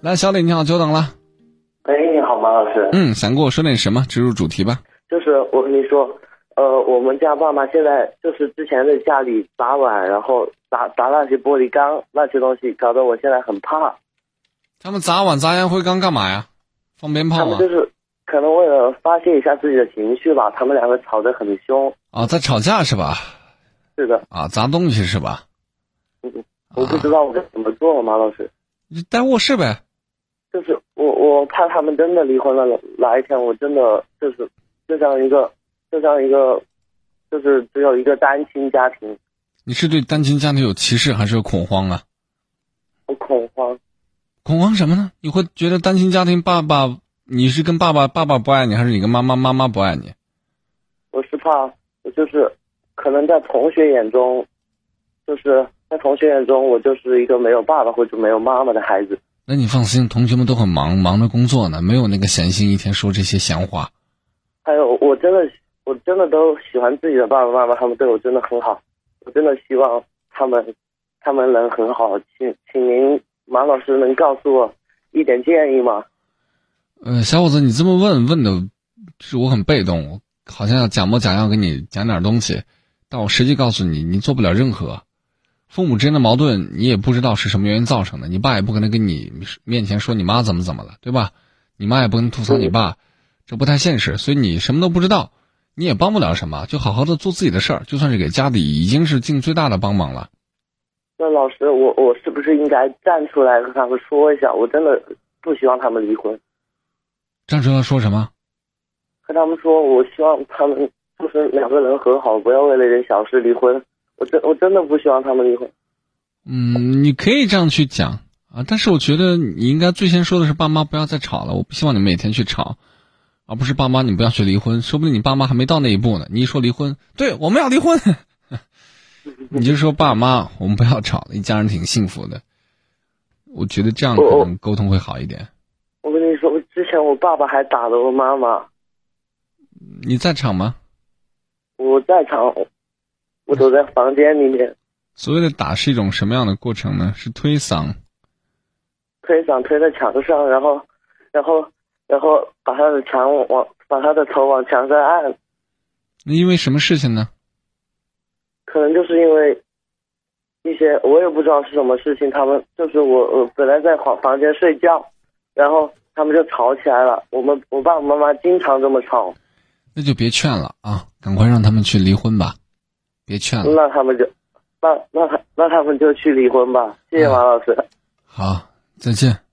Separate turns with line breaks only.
来，小李你好，久等了。
哎，你好，马老师，
嗯，想跟我说点什么？直入主题吧。
就是我跟你说，呃，我们家爸妈现在就是之前在家里砸碗，然后砸砸那些玻璃缸那些东西，搞得我现在很怕。
他们砸碗砸烟灰缸干嘛呀？放鞭
他
炮
们
吗
就？是可能为了发泄一下自己的情绪吧，他们两个吵得很凶。
啊，在吵架是吧？
是的，
啊，砸东西是吧？
我不知道我该怎么做，马老师。
你待卧室呗。
就是我我怕他们真的离婚了，哪一天我真的就是就像一个就像一个就是只有一个单亲家庭，
你是对单亲家庭有歧视还是有恐慌啊？
我恐慌。
恐慌什么呢？你会觉得单亲家庭爸爸，你是跟爸爸爸爸不爱你，还是你跟妈妈妈妈不爱你？
我是怕，我就是可能在同学眼中，就是在同学眼中，我就是一个没有爸爸或者没有妈妈的孩子。
那你放心，同学们都很忙，忙着工作呢，没有那个闲心一天说这些闲话。
还有，我真的，我真的都喜欢自己的爸爸妈妈，他们对我真的很好。我真的希望他们，他们能很好。请，请您马老师能告诉我一点建议吗？
呃，小伙子，你这么问问的，是我很被动，我好像要假模假样给你讲点东西，但我实际告诉你，你做不了任何。父母之间的矛盾，你也不知道是什么原因造成的，你爸也不可能跟你面前说你妈怎么怎么了，对吧？你妈也不可能吐槽你爸，这不太现实，所以你什么都不知道，你也帮不了什么，就好好的做自己的事儿，就算是给家里已经是尽最大的帮忙了。
那老师，我我是不是应该站出来和他们说一下？我真的不希望他们离婚。
张哲要说什么？
和他们说，我希望他们就是两个人和好，不要为了一点小事离婚。我真我真的不希望他们离婚。
嗯，你可以这样去讲啊，但是我觉得你应该最先说的是爸妈不要再吵了，我不希望你们每天去吵，而不是爸妈你不要去离婚，说不定你爸妈还没到那一步呢。你一说离婚， 对，我们要离婚，你就说爸妈，我们不要吵了，一家人挺幸福的。我觉得这样可能沟通会好一点。
我跟你说，我之前我爸爸还打了我妈妈，
你在场吗？
我在场，我躲在房间里面，
所谓的打是一种什么样的过程呢？是推搡，
推搡推在墙上，然后，然后，然后把他的墙往把他的头往墙上按，
那因为什么事情呢？
可能就是因为一些我也不知道是什么事情，他们就是我我本来在房房间睡觉，然后他们就吵起来了。我们我爸我妈妈经常这么吵，
那就别劝了啊，赶快让他们去离婚吧，别劝了。
那他们就，那那他那他们就去离婚吧。谢谢马老师。
好，再见。